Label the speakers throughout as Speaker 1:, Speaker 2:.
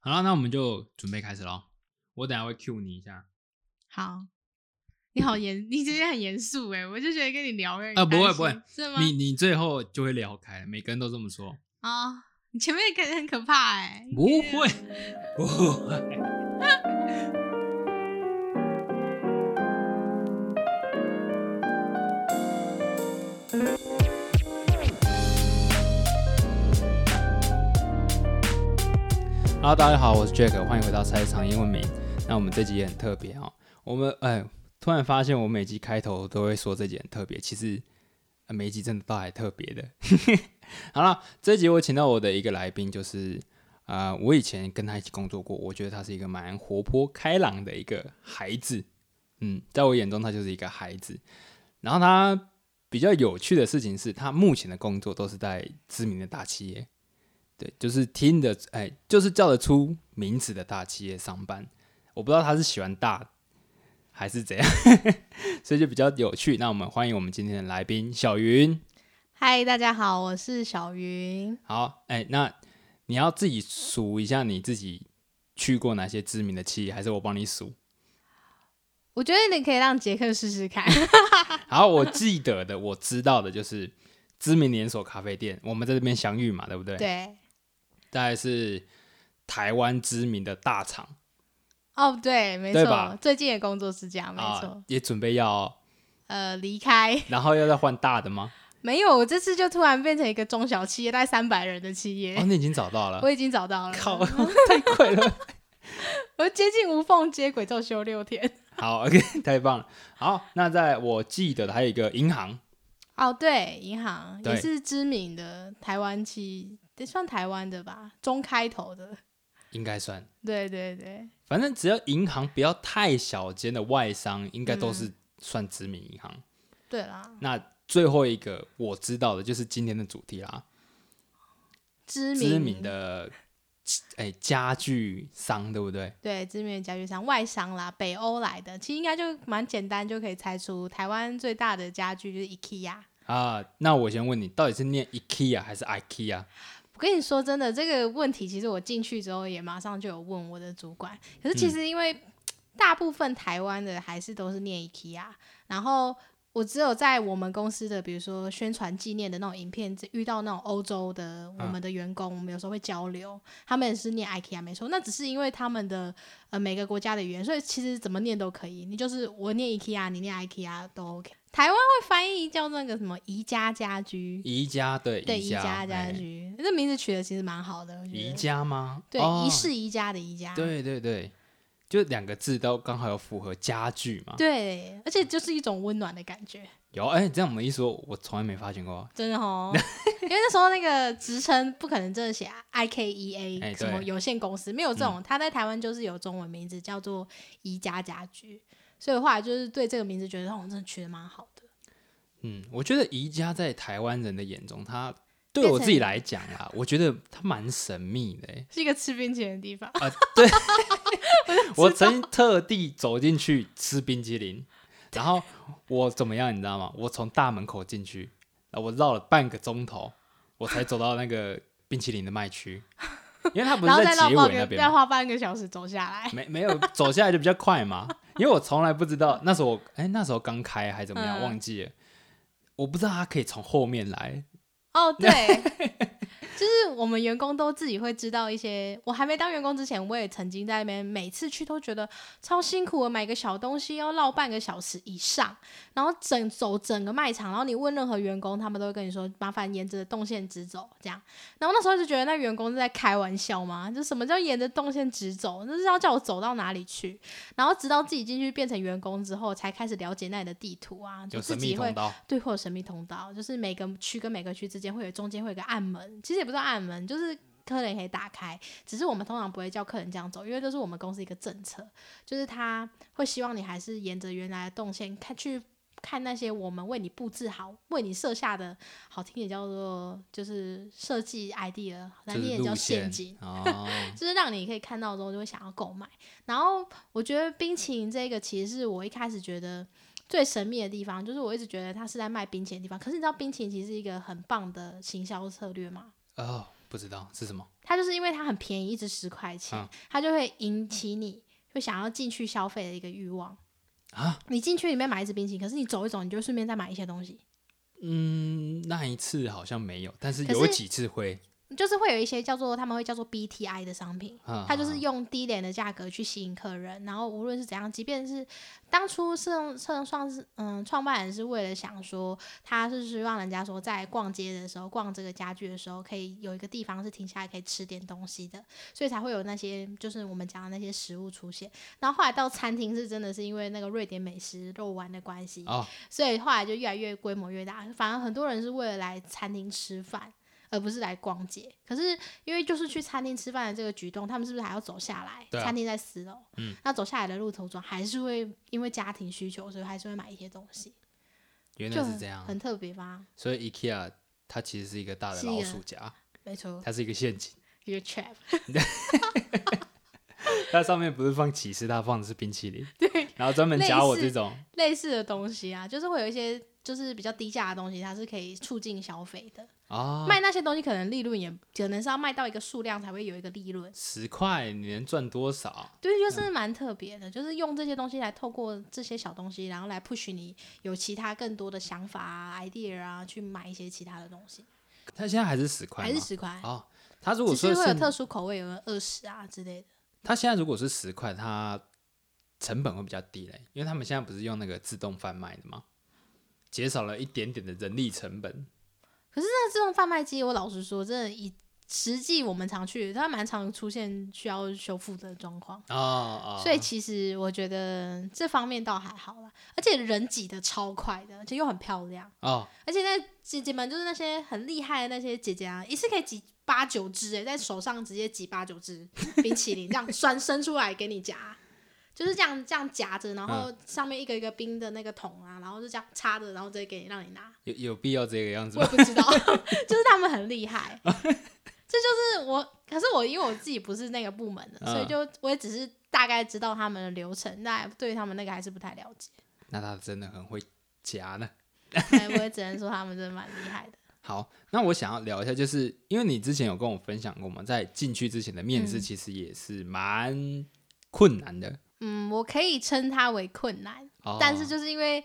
Speaker 1: 好了，那我们就准备开始喽。我等下会 cue 你一下。
Speaker 2: 好，你好严，你今天很严肃哎，我就觉得跟你聊有点
Speaker 1: 啊不会
Speaker 2: 担心
Speaker 1: 不会，
Speaker 2: 真的吗？
Speaker 1: 你你最后就会聊开，每个人都这么说。
Speaker 2: 啊、你前面感觉很可怕哎，
Speaker 1: 不会，不会。Hello，大家好，我是 Jack，欢迎回到菜市场英文名。那我们这集也很特别哦，我们哎，突然发现我每集开头都会说这集很特别，其实、呃每一集真的倒还特别的。 好了，这集我请到我的一个来宾，就是啊、呃我以前跟他一起工作过，我觉得他是一个蛮活泼开朗的一个孩子。嗯，在我眼中，他就是一个孩子。然后他比较有趣的事情是，他目前的工作都是在知名的大企业，对，就是听的，哎，就是叫得出名字的大企业上班。我不知道他是喜欢大还是怎样， 所以就比较有趣。那我们欢迎我们今天的来宾小云。
Speaker 2: 嗨，大家好，我是小云。
Speaker 1: 好，哎、那你要自己数一下你自己去过哪些知名的企业，还是我帮你数？
Speaker 2: 我觉得你可以让杰克试试看。
Speaker 1: 好，我记得的， 我知道的就是知名连锁咖啡店，我们在这边相遇嘛，对不对？。
Speaker 2: 对，
Speaker 1: 大概是台湾知名的大厂
Speaker 2: 哦对，没
Speaker 1: 对
Speaker 2: 错
Speaker 1: 吧，
Speaker 2: 最近的工作是这样，没
Speaker 1: 啊、
Speaker 2: 错。
Speaker 1: 也准备要，
Speaker 2: 呃，离开
Speaker 1: 然后要再换大的吗？
Speaker 2: 没有，我这次就突然变成一个中小企业，大概三百人的企业。
Speaker 1: 哦，你已经找到了
Speaker 2: 我。已经找到了，
Speaker 1: 靠， 太快了！
Speaker 2: 我接近无缝接轨，就休六天。
Speaker 1: 好，OK，太棒了。好，那在我记得的还有一个银行，
Speaker 2: 哦，对，银行也
Speaker 1: 对
Speaker 2: 是知名的台湾企，得算台湾的吧，中开头的。
Speaker 1: 应该算
Speaker 2: 对对对，
Speaker 1: 反正只要银行不要太小间的外商，应该都
Speaker 2: 嗯
Speaker 1: 是算知名银行。
Speaker 2: 对啦，
Speaker 1: 那最后一个我知道的就是今天的主题啦，
Speaker 2: 知名
Speaker 1: 知名的哎、家具商，对不对？
Speaker 2: 对知名的家具商，外商啦，北欧来的，其实应该就蛮简单，就可以猜出台湾最大的家具就是 IKEA。
Speaker 1: 啊，那我先问你，到底是念 IKEA 还是 IKEA？
Speaker 2: 我跟你说真的，这个问题其实我进去之后也马上就有问我的主管，可是其实因为嘖大部分台湾的还是都是念 IKEA，然后我只有在我们公司的比如说宣传纪念的那种影片，遇到那种欧洲的我们的员工，我们有时候会交流，他们也是念 IKEA 没错，那只是因为他们的呃每个国家的语言，所以其实怎么念都可以，你就是我念 IKEA，你念 IKEA 都 OK。台湾会翻译叫那个什么宜家家居，
Speaker 1: 宜家对
Speaker 2: 对，宜
Speaker 1: 宜家
Speaker 2: 家家
Speaker 1: 哎
Speaker 2: 居，这名字取的其实蛮好的，我觉
Speaker 1: 宜
Speaker 2: 得。
Speaker 1: 家吗？
Speaker 2: 对，
Speaker 1: 哦
Speaker 2: 宜室宜家的宜家。
Speaker 1: 对对对，就两个字都刚好有符合家具嘛。
Speaker 2: 对，而且就是一种温暖的感觉，
Speaker 1: 有哎、这样我们一说，我从来没发现过。
Speaker 2: 真的 哦。因为那时候那个职称不可能真的写 I K E
Speaker 1: 哎
Speaker 2: A
Speaker 1: 对嗯
Speaker 2: 什么有限公司，没有这种，它在台湾就是有中文名字叫做宜家家居，所以我后来就是对这个名字觉得哦，真的取的蛮好的。
Speaker 1: 嗯，我觉得宜家在台湾人的眼中，它对
Speaker 2: 变
Speaker 1: 我
Speaker 2: 成
Speaker 1: 自己来讲啦，我觉得它蛮神秘的 欸。
Speaker 2: 是一个吃冰淇淋的地方，
Speaker 1: 啊、对，我曾经特地走进去吃冰激 凌，然后我怎么样，你知道吗？我从大门口进去，啊我绕了半个钟头，我才走到那个冰淇淋的卖区，因为它不
Speaker 2: 然
Speaker 1: 是
Speaker 2: 后再
Speaker 1: 结
Speaker 2: 绕半
Speaker 1: 尾那
Speaker 2: 个，
Speaker 1: 边
Speaker 2: 再
Speaker 1: 吗，
Speaker 2: 花半个小时走下来。
Speaker 1: 没没有走下来就比较快嘛，因为我从来不知道那时候我哎、那时候刚开还怎么样，
Speaker 2: 嗯
Speaker 1: 忘记了，我不知道它可以从后面来，
Speaker 2: 哦，对，就是我们员工都自己会知道一些。我还没当员工之前，我也曾经在那边，每次去都觉得超辛苦的，买个小东西要绕半个小时以上，然后整走整个卖场，然后你问任何员工，他们都会跟你说麻烦沿着动线直走这样。然后那时候就觉得那员工是在开玩笑吗？就什么叫沿着动线直走？那是要叫我走到哪里去？然后直到自己进去变成员工之后，才开始了解那里的地图啊，
Speaker 1: 有
Speaker 2: 就自
Speaker 1: 神秘
Speaker 2: 己会
Speaker 1: 通道。
Speaker 2: 对，会有神秘通道，就是每个区跟每个区之间会有中间会有一个暗门，其实也不是暗门，就是客人也可以打开，只是我们通常不会叫客人这样走，因为这是我们公司一个政策，就是他会希望你还是沿着原来的动线看去。看那些我们为你布置好、为你设下的，好听点叫做就是设计 idea，难
Speaker 1: 就
Speaker 2: 听
Speaker 1: 是
Speaker 2: 点
Speaker 1: 路
Speaker 2: 叫
Speaker 1: 线
Speaker 2: 陷阱。
Speaker 1: 哦，
Speaker 2: 就是让你可以看到之后就会想要购买。然后我觉得冰淇淋这个其实是我一开始觉得最神秘的地方，就是我一直觉得它是在卖冰淇淋的地方。可是你知道冰淇淋其实是一个很棒的行销策略吗？
Speaker 1: 哦，不知道是什么，
Speaker 2: 它就是因为它很便宜，一只十块钱，
Speaker 1: 啊
Speaker 2: 它就会引起你会想要进去消费的一个欲望
Speaker 1: 啊。
Speaker 2: 你进去里面买一支冰淇淋，可是你走一走，你就顺便再买一些东西，
Speaker 1: 嗯，那一次好像没有，但是
Speaker 2: 可
Speaker 1: 有
Speaker 2: 是
Speaker 1: 几次会，
Speaker 2: 就是会有一些叫做他们会叫做 BTI 的商品，
Speaker 1: 啊、
Speaker 2: 它就是用低廉的价格去吸引客人，然后无论是怎样，即便是当初社用社用创是嗯创办人是为了想说，他是希望人家说在逛街的时候，逛这个家具的时候，可以有一个地方是停下来可以吃点东西的，所以才会有那些就是我们讲的那些食物出现。然后后来到餐厅是真的是因为那个瑞典美食肉丸的关系，
Speaker 1: 哦，
Speaker 2: 所以后来就越来越规模越大，反而很多人是为了来餐厅吃饭，而不是来逛街。可是因为就是去餐厅吃饭的这个举动，他们是不是还要走下来？
Speaker 1: 对啊
Speaker 2: 餐厅在四楼，
Speaker 1: 嗯，
Speaker 2: 那走下来的路途中，还是会因为家庭需求，所以还是会买一些东西，
Speaker 1: 原
Speaker 2: 就
Speaker 1: 来是这样
Speaker 2: 很，很特别吧？
Speaker 1: 所以 IKEA 它其实是一个大的
Speaker 2: 是一
Speaker 1: 老
Speaker 2: 个哦
Speaker 1: 鼠夹，
Speaker 2: 没错
Speaker 1: 它是一个陷阱，
Speaker 2: ，Your Trap，
Speaker 1: 它上面不是放起司，它放的是冰淇淋，对，然后专门夹我
Speaker 2: 类似
Speaker 1: 这种，
Speaker 2: 类似的东西啊，就是会有一些就是比较低价的东西，它是可以促进消费的。
Speaker 1: 啊，
Speaker 2: 卖那些东西可能利润也可能是要卖到一个数量才会有一个利润。
Speaker 1: 十块你能赚多少？
Speaker 2: 对，就是蛮特别的，就是用这些东西来透过这些小东西，然后来 push 你有其他更多的想法啊、idea 啊，去买一些其他的东西，
Speaker 1: 它现在还是十块吗，
Speaker 2: 还是十块，
Speaker 1: 哦，它如果
Speaker 2: 只
Speaker 1: 说
Speaker 2: 是会有
Speaker 1: 是
Speaker 2: 特殊口味，有人二十啊之类的。
Speaker 1: 它现在如果是十块，它成本会比较低嘞，因为他们现在不是用那个自动贩卖的吗？减少了一点点的人力成本，
Speaker 2: 那自动贩卖机，我老实说，真的以实际我们常去，它蛮常出现需要修复的状况。
Speaker 1: 哦哦，
Speaker 2: 所以其实我觉得这方面倒还好啦，而且人挤得超快的，而且又很漂亮，
Speaker 1: 哦，
Speaker 2: 而且那姐姐们就是那些很厉害的那些姐姐啊，一次可以挤八九只哎、在手上直接挤八九只冰淇淋，这样酸伸出来给你夹，就是这样这样夹着，然后上面一个一个冰的那个桶啊，然后就这样插着，然后再给你让你拿。
Speaker 1: 有有必要这个样子
Speaker 2: 我
Speaker 1: 吗？
Speaker 2: 也不知道， 就是他们很厉害，这就是我。可是我因为我自己不是那个部门的，
Speaker 1: 嗯
Speaker 2: 所以就我也只是大概知道他们的流程，但对他们那个还是不太了解。
Speaker 1: 那他真的很会夹呢。
Speaker 2: 哎，我也只能说他们真的蛮厉害的。
Speaker 1: 好，那我想要聊一下，就是因为你之前有跟我分享过嘛，在进去之前的面试
Speaker 2: 嗯
Speaker 1: 其实也是蛮困难的。
Speaker 2: 嗯，我可以称它为困难，
Speaker 1: 哦、
Speaker 2: 但是就是因为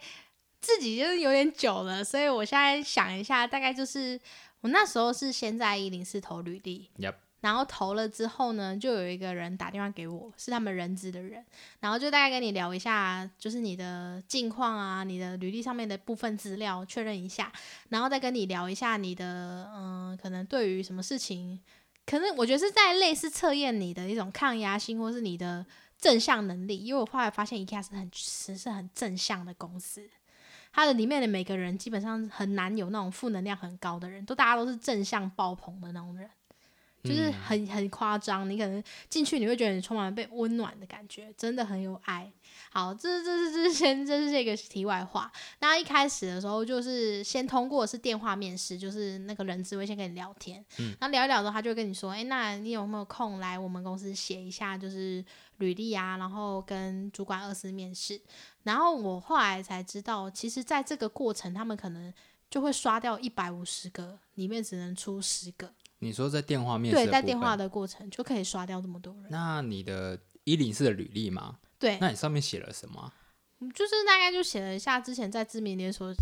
Speaker 2: 自己就是有点久了，所以我现在想一下，大概就是我那时候是先在一零四投履历
Speaker 1: Yep
Speaker 2: 然后投了之后呢，就有一个人打电话给我，是他们人资的人，然后就大概跟你聊一下，就是你的近况啊，你的履历上面的部分资料确认一下，然后再跟你聊一下你的嗯、可能对于什么事情。可能我觉得是在类似测验你的一种抗压性，或是你的正向能力，因为我后来发现 IKEA 是很是是很正向的公司，它的里面的每个人基本上很难有那种负能量很高的人，都大家都是正向爆棚的那种人，就是很很夸张。你可能进去你会觉得你充满被温暖的感觉，真的很有爱。好，这这是这是先这是一个题外话。那一开始的时候就是先通过是电话面试，就是那个人资会先跟你聊天，
Speaker 1: 嗯
Speaker 2: 然后聊一聊的时候他就会跟你说，哎、那你有没有空来我们公司写一下就是履历啊，然后跟主管二次面试。然后我后来才知道，其实在这个过程，他们可能就会刷掉一百五十个，里面只能出十个。
Speaker 1: 你说在电话面试的
Speaker 2: 对，在
Speaker 1: 部
Speaker 2: 电
Speaker 1: 分
Speaker 2: 话，的过程就可以刷掉这么多人。
Speaker 1: 那你的一零四的履历嘛，
Speaker 2: 对，
Speaker 1: 那你上面写了什么啊、
Speaker 2: 就是大概就写了一下之前在知名连锁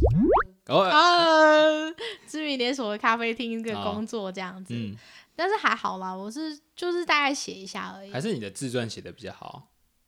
Speaker 1: 哦，
Speaker 2: 啊，知名连锁的咖啡厅的
Speaker 1: 哦
Speaker 2: 工作这样子。
Speaker 1: 嗯，
Speaker 2: 但是还好啦，我是就是大概写一下而已
Speaker 1: 还。是你的自传写的比较 好。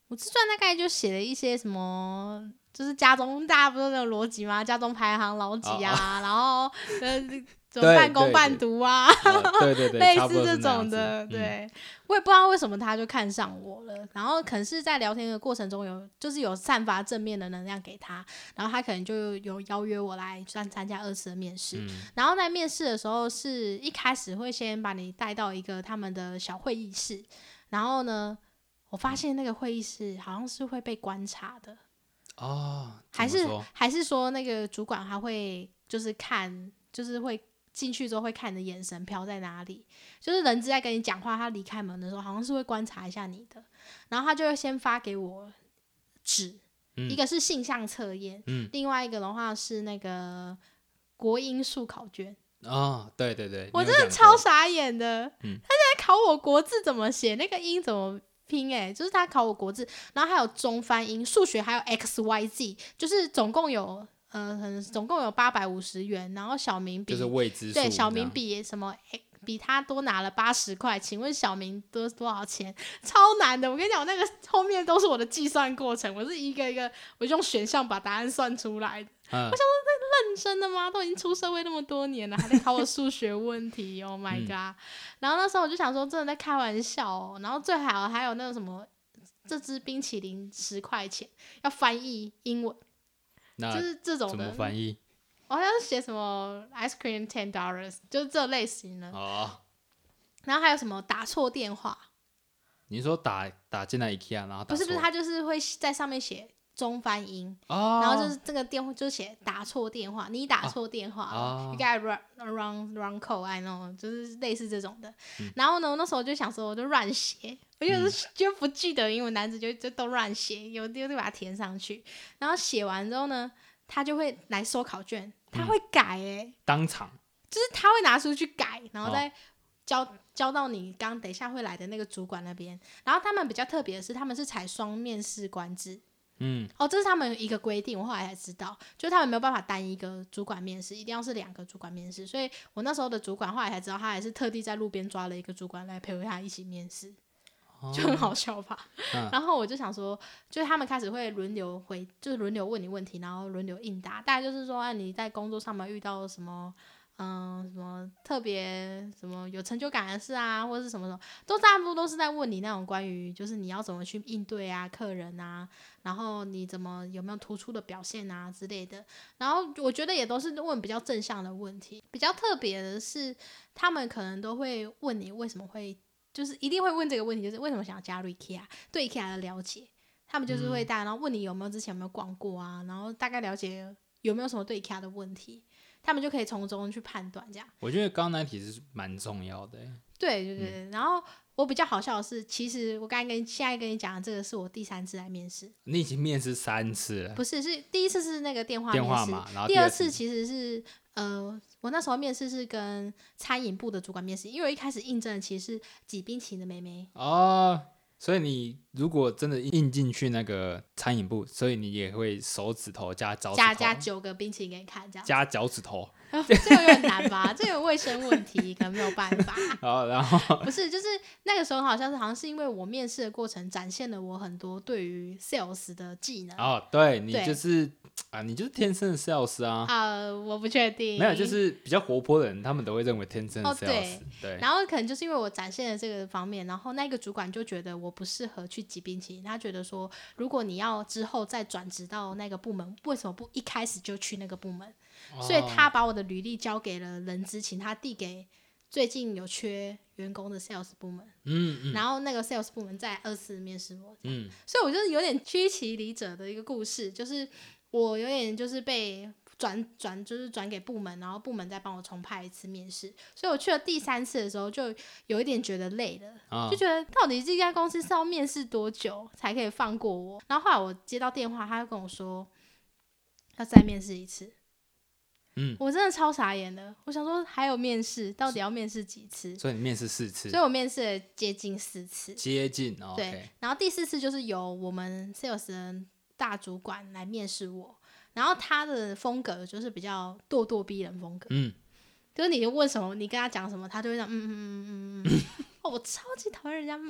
Speaker 2: 我自传大概就写了一些什么，就是家中大家不是那种逻辑吗？家中排行老几啊，然后呃， 怎么
Speaker 1: 对
Speaker 2: 半工
Speaker 1: 对
Speaker 2: 半
Speaker 1: 对
Speaker 2: 读啊，
Speaker 1: 哦对对对，
Speaker 2: 类
Speaker 1: 差不
Speaker 2: 似
Speaker 1: 多
Speaker 2: 这
Speaker 1: 是那样
Speaker 2: 种
Speaker 1: 子
Speaker 2: 的。
Speaker 1: 嗯
Speaker 2: 对，我也不知道为什么他就看上我了，然后可能是在聊天的过程中有，就是有散发正面的能量给他，然后他可能就有邀约我来参参加二次的面试。
Speaker 1: 嗯
Speaker 2: 然后在面试的时候是一开始会先把你带到一个他们的小会议室，然后呢，我发现那个会议室好像是会被观察的，
Speaker 1: 哦，
Speaker 2: 还
Speaker 1: 怎么
Speaker 2: 是
Speaker 1: 说
Speaker 2: 还是说那个主管他会就是看，就是会进去之后会看你的眼神飘在哪里，就是人资在跟你讲话，他离开门的时候好像是会观察一下你的，然后他就会先发给我纸，
Speaker 1: 嗯
Speaker 2: 一个是性向测验，
Speaker 1: 嗯
Speaker 2: 另外一个的话是那个国英数考卷。
Speaker 1: 哦，对对对，
Speaker 2: 我
Speaker 1: 你有
Speaker 2: 真的
Speaker 1: 讲
Speaker 2: 超
Speaker 1: 过
Speaker 2: 傻眼的。
Speaker 1: 嗯
Speaker 2: 他现在考我国字怎么写，那个音怎么拼、欸？哎，就是他考我国字，然后还有中翻英、数学，还有 x y z，就是总共有呃，可能总共有八百五十元。然后小明比、
Speaker 1: 就是未知数。
Speaker 2: 对小
Speaker 1: 这
Speaker 2: 明
Speaker 1: 样
Speaker 2: 比什么？欸比他多拿了八十块，请问小明多多少钱？超难的，我跟你讲，那个后面都是我的计算过程，我是一个一个，我用选项把答案算出来的。
Speaker 1: 嗯，
Speaker 2: 认真的吗？都已经出社会那么多年了，还在考我数学问题 ？Oh
Speaker 1: 嗯
Speaker 2: my god！、然后那时候我就想说，真的在开玩笑哦。然后最好还有那个什么，这支冰淇淋十块钱，要翻译英文，就
Speaker 1: 那
Speaker 2: 是这种
Speaker 1: 啊怎
Speaker 2: 的
Speaker 1: 么。翻译？
Speaker 2: 我好像是写什么 ice cream ten dollars，就是这类型的。
Speaker 1: 哦，
Speaker 2: 然后还有什么打错电话？
Speaker 1: 你说打打进来 IKEA，然后哦打
Speaker 2: 不是不是，
Speaker 1: 错
Speaker 2: 他就是会在上面写中翻英，
Speaker 1: 哦，
Speaker 2: 然后就是这个电话就写打错电话，你打错电话
Speaker 1: 啊
Speaker 2: 了，you got run wrong wrong call I know，就是类似这种的。然后呢，我那时候就想说，我就乱写，我就是就不记得英文单词，就就都乱写，有的就把它填上去。然后写完之后呢，他就会来收考卷，他会改诶、
Speaker 1: 当场
Speaker 2: 就是他会拿出去改，然后再交、交到你刚等一下会来的那个主管那边。然后他们比较特别的是，他们是采双面试官制，
Speaker 1: 嗯
Speaker 2: 哦，这是他们一个规定，我后来才知道，就是他们没有办法单一个主管面试，一定要是两个主管面试。所以我那时候的主管后来才知道，他还是特地在路边抓了一个主管来陪他一起面试，就很好笑吧。
Speaker 1: 嗯
Speaker 2: 然后我就想说，就是他们开始会轮流回，就是轮流问你问题，然后轮流应答。大概就是说，啊，你在工作上面遇到什么，嗯、什么特别什么有成就感的事啊，或者是什么什么，都大部分都是在问你那种关于就是你要怎么去应对啊，客人啊，然后你怎么有没有突出的表现啊之类的。然后我觉得也都是问比较正向的问题。比较特别的是，他们可能都会问你为什么会。就是一定会问这个问题，就是为什么想要加入 IKEA？对 IKEA 的了解，他们就是
Speaker 1: 嗯
Speaker 2: 会带，然后问你有没有之前有没有逛过啊，然后大概了解有没有什么对 IKEA 的问题，他们就可以从中去判断这样。
Speaker 1: 我觉得刚刚那题是蛮重要的欸，
Speaker 2: 对对对对，然后我比较好笑的是，其实我刚才跟现在跟你讲的这个是我第三次来面试，
Speaker 1: 你已经面试三次了，
Speaker 2: 不是是第一次是那个电话
Speaker 1: 嗯电
Speaker 2: 面
Speaker 1: 话
Speaker 2: 试，
Speaker 1: 嘛，然后
Speaker 2: 第
Speaker 1: 啊二
Speaker 2: 次其实是呃，我那时候面试是跟餐饮部的主管面试，因为我一开始应征的其实是挤冰淇淋的妹妹，
Speaker 1: 哦，所以你如果真的印进去那个餐饮部，所以你也会手指头加脚趾
Speaker 2: 加
Speaker 1: 头
Speaker 2: 加九个冰淇淋给你看这样。哦
Speaker 1: 加脚趾头，
Speaker 2: 这个有点难吧？这有卫生问题，可能没有办 法。
Speaker 1: 然后哦 然后
Speaker 2: 不是，就是那个时候好像是好像是因为我面试的过程展现了我很多对于 sales 的技能。
Speaker 1: 哦，对你
Speaker 2: 对
Speaker 1: 就是啊，你就是天生的 sales 啊，
Speaker 2: 呃，我不确定。
Speaker 1: 没有就是比较活泼的人，他们都会认为天生的
Speaker 2: 哦
Speaker 1: sales，、对，
Speaker 2: 然后可能就是因为我展现了这个方面，然后那个主管就觉得我不适合去挤冰淇淋，他觉得说，如果你要之后再转职到那个部门，为什么不一开始就去那个部门？所以
Speaker 1: 哦
Speaker 2: 他把我的履历交给了人资，请他递给最近有缺员工的 sales 部门，
Speaker 1: 嗯嗯
Speaker 2: 然后那个 sales 部门再二次面试我，
Speaker 1: 嗯，
Speaker 2: 所以我就是有点趋其离者的一个故事，就是我有点就是被转转就是转给部门，然后部门再帮我重派一次面试，所以我去了第三次的时候就有一点觉得累了。
Speaker 1: 啊
Speaker 2: 就觉得到底这家公司是要面试多久才可以放过我？然后后来我接到电话，他就跟我说要再面试一次。
Speaker 1: 嗯，
Speaker 2: 我真的超傻眼的，我想说还有面试，到底要面试几次？
Speaker 1: 所以你面试四次
Speaker 2: 所，以我面试了接近四次。
Speaker 1: 接近哦
Speaker 2: 对
Speaker 1: OK，，
Speaker 2: 然后第四次就是由我们 sales 的大主管来面试我，然后他的风格就是比较咄咄逼人风格，
Speaker 1: 嗯，
Speaker 2: 就是你问什么，你跟他讲什么，他就会讲嗯嗯嗯嗯嗯 嗯。哦，我超级讨厌人家嗯嗯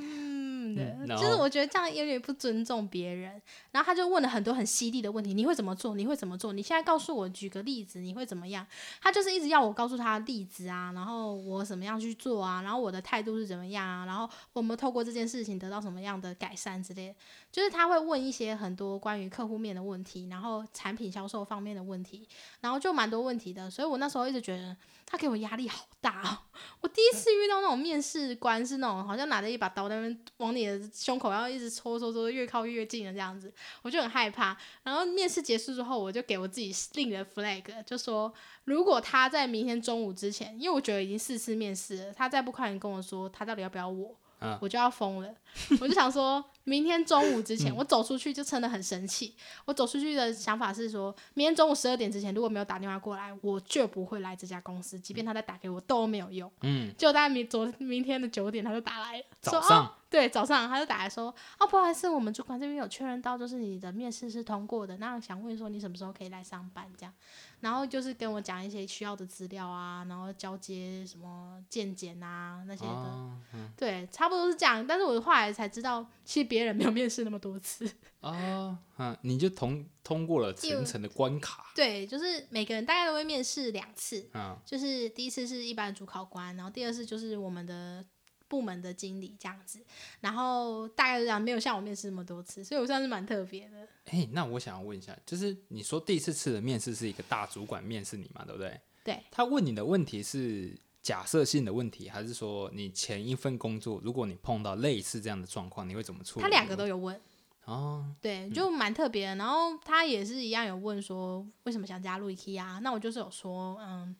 Speaker 1: 嗯
Speaker 2: 嗯的，
Speaker 1: 然
Speaker 2: 就是
Speaker 1: 后
Speaker 2: 我觉得这样有点不尊重别人。然后他就问了很多很犀利的问题，你会怎么做？你会怎么做？你现在告诉我，举个例子，你会怎么样？他就是一直要我告诉他例子啊，然后我怎么样去做啊，然后我的态度是怎么样啊，然后我们透过这件事情得到什么样的改善之类的。就是他会问一些很多关于客户面的问题，然后产品销售方面的问题，然后就蛮多问题的。所以我那时候一直觉得他给我压力好大哦。我第一次遇到那种面试官是那种好像拿着一把刀在那边往你的胸口，然后一直戳戳戳，越靠越近的这样子，我就很害怕。然后面试结束之后，我就给我自己定了 flag，就说如果他在明天中午之前，因为我觉得已经四次面试了，他再不快点跟我说他到底要不要我，
Speaker 1: 嗯
Speaker 2: 我就要疯了。 我就想说，明天中午之前，我走出去就真的很生气。我走出去的想法是说，明天中午十二点之前如果没有打电话过来，我就不会来这家公司，即便他再打给我都没有用。
Speaker 1: 嗯，
Speaker 2: 就在明昨明天的九点，他就打来了，说
Speaker 1: 早
Speaker 2: 哦，
Speaker 1: 上
Speaker 2: 对，早上他就打来说，哦，不好意思，我们主管这边有确认到，就是你的面试是通过的，那想问说你什么时候可以来上班这样，然后就是跟我讲一些需要的资料啊，然后交接什么健检啊那些的，
Speaker 1: 哦
Speaker 2: 对，差不多是这样。但是我后来才知道，其实别人没有面试那么多次，
Speaker 1: 哦，嗯，你就通通过了层层的关卡，
Speaker 2: 对，就是每个人大概都会面试两次，
Speaker 1: 嗯
Speaker 2: 就是第一次是一般主考官，然后第二次就是我们的部门的经理这样子，然后大概就这样，没有像我面试那么多次，所以我算是蛮特别的。
Speaker 1: 哎、那我想要问一下，就是你说第四次的面试是一个大主管面试你嘛，对不对？
Speaker 2: 对，
Speaker 1: 他问你的问题是假设性的问题，还是说你前一份工作如果你碰到类似这样的状况，你会怎么处理？
Speaker 2: 他两个都有问，
Speaker 1: 哦，
Speaker 2: 对，就蛮特别的。然后他也是一样有问说为什么想加入 IKEA，那我啊就是有说，嗯，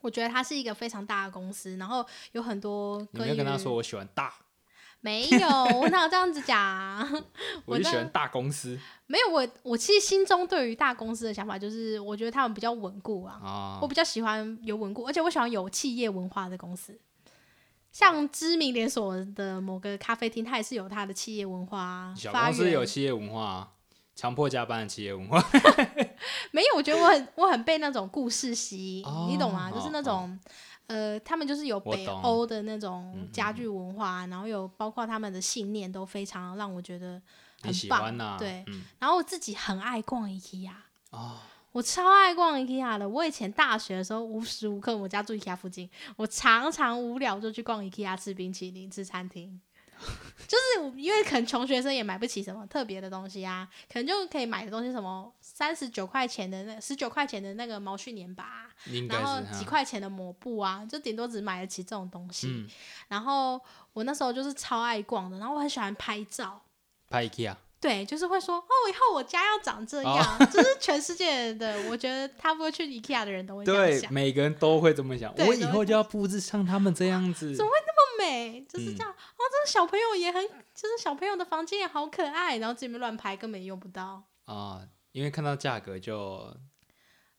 Speaker 2: 我觉得它是一个非常大的公司，然后有很多
Speaker 1: 你没有跟他
Speaker 2: 于
Speaker 1: 说我喜欢大，
Speaker 2: 没有，我哪有这样子讲？
Speaker 1: 我
Speaker 2: 我
Speaker 1: 就
Speaker 2: 那
Speaker 1: 喜欢大公司
Speaker 2: 没有，我我其实心中对于大公司的想法就是，我觉得他们比较稳固啊，
Speaker 1: 啊
Speaker 2: 我。比较喜欢有稳固，而且我喜欢有企业文化的公司。像知名连锁的某个咖啡厅，它也是有它的企业文化啊
Speaker 1: 小
Speaker 2: 发
Speaker 1: 公司
Speaker 2: 源。
Speaker 1: 有企业文化啊，强迫加班的企业文化。
Speaker 2: 没有，我觉得我很我很被那种故事吸引，
Speaker 1: 哦
Speaker 2: 你懂吗？
Speaker 1: 哦
Speaker 2: 就是那种、呃，他们就是有
Speaker 1: 我
Speaker 2: 北
Speaker 1: 懂嗯
Speaker 2: 欧的那种家具文化，啊然后有包括他们的信念都非常让我觉得
Speaker 1: 你
Speaker 2: 很
Speaker 1: 喜
Speaker 2: 棒。
Speaker 1: 欢呐、
Speaker 2: 对
Speaker 1: 嗯
Speaker 2: 然后我自己很爱逛 IKEA。
Speaker 1: 哦，
Speaker 2: 我超爱逛 IKEA 的。我以前大学的时候，无时无刻我家住 IKEA 附近，我常常无聊就去逛 IKEA 吃冰淇淋、吃餐厅。 就是因为可能穷学生也买不起什么特别的东西啊，可能就可以买的东西什么三十九块钱的那十九块钱的那个毛絮粘把啊、
Speaker 1: 应该
Speaker 2: 然后
Speaker 1: 是哈
Speaker 2: 几块钱的抹布啊，就顶多只买得起这种东西。
Speaker 1: 嗯，
Speaker 2: 然后我那时候就是超爱逛的，然后我很喜欢拍照，
Speaker 1: 拍 IKEA
Speaker 2: 对，就是会说哦，以后我家要长这
Speaker 1: 哦
Speaker 2: 样，就是全世界的，我觉得他不会去 IKEA 的人都会这样
Speaker 1: 对，
Speaker 2: 想，
Speaker 1: 每个人都会这么想。
Speaker 2: 对
Speaker 1: 我
Speaker 2: 都
Speaker 1: 以
Speaker 2: 会
Speaker 1: 后就要布置像他们这样子。
Speaker 2: 不美
Speaker 1: 嗯
Speaker 2: 就是这样、哦，这个小朋友也很，就是小朋友的房间也好可爱，然后自己乱拍根本用不到，
Speaker 1: 啊、因为看到价格就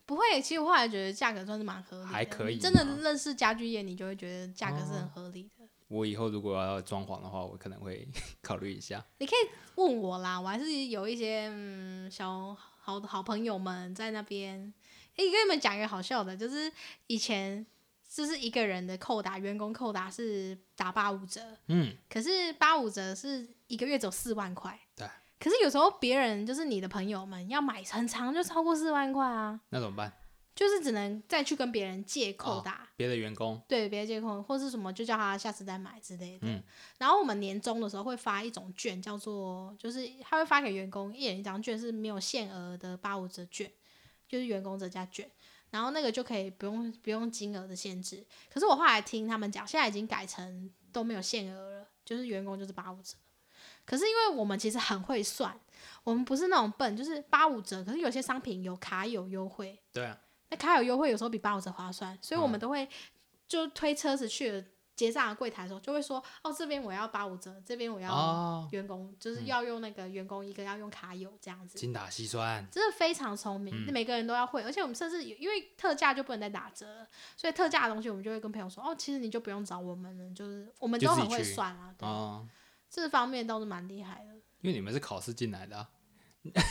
Speaker 2: 不会。其实我后来觉得价格算是蛮合理的，
Speaker 1: 还可以
Speaker 2: 你真的
Speaker 1: 吗哦
Speaker 2: 认识家具业，你就会觉得价格是很合理的。
Speaker 1: 我以后如果要装潢的话，我可能会 考虑一下。
Speaker 2: 你可以问我啦，我还是有一些嗯小好好朋友们在那边。诶，跟你们讲一个好笑的，就是以前就是一个人的扣打，员工扣打是打八五折，
Speaker 1: 嗯，
Speaker 2: 可是八五折是一个月只有四万块。
Speaker 1: 对。
Speaker 2: 可是有时候别人就是你的朋友们要买很长就超过四万块啊，
Speaker 1: 那怎么办？
Speaker 2: 就是只能再去跟别人借扣
Speaker 1: 哦
Speaker 2: 打。
Speaker 1: 别的员工
Speaker 2: 对，别借空或是什么，就叫他下次再买之类的。
Speaker 1: 嗯
Speaker 2: 然后我们年终的时候会发一种券，叫做就是他会发给员工一人一张券，是没有限额的八五折券，就是员工折价券。然后那个就可以不用不用金额的限制。可是我后来听他们讲，现在已经改成都没有限额了，就是员工就是八五折。可是因为我们其实很会算，我们不是那种笨，就是八五折。可是有些商品有卡有优惠，
Speaker 1: 对啊，
Speaker 2: 那卡有优惠有时候比八五折划算，所以我
Speaker 1: 嗯
Speaker 2: 们都会就推车子去了结账的柜台的时候，就会说哦这边我要八五折，这边我要
Speaker 1: 哦，
Speaker 2: 员工、就是要用那个员工一个要用卡友这样子，
Speaker 1: 精打细算，
Speaker 2: 真的非常聪
Speaker 1: 嗯
Speaker 2: 明，每个人都要会，而且我们甚至有因为特价就不能再打折了，所以特价的东西我们就会跟朋友说哦其实你就不用找我们了，就是我们
Speaker 1: 就
Speaker 2: 都
Speaker 1: 自
Speaker 2: 很
Speaker 1: 己
Speaker 2: 会
Speaker 1: 去
Speaker 2: 算啊，对，
Speaker 1: 哦，
Speaker 2: 这方面倒是蛮厉害的，
Speaker 1: 因为你们是考试进来的、啊，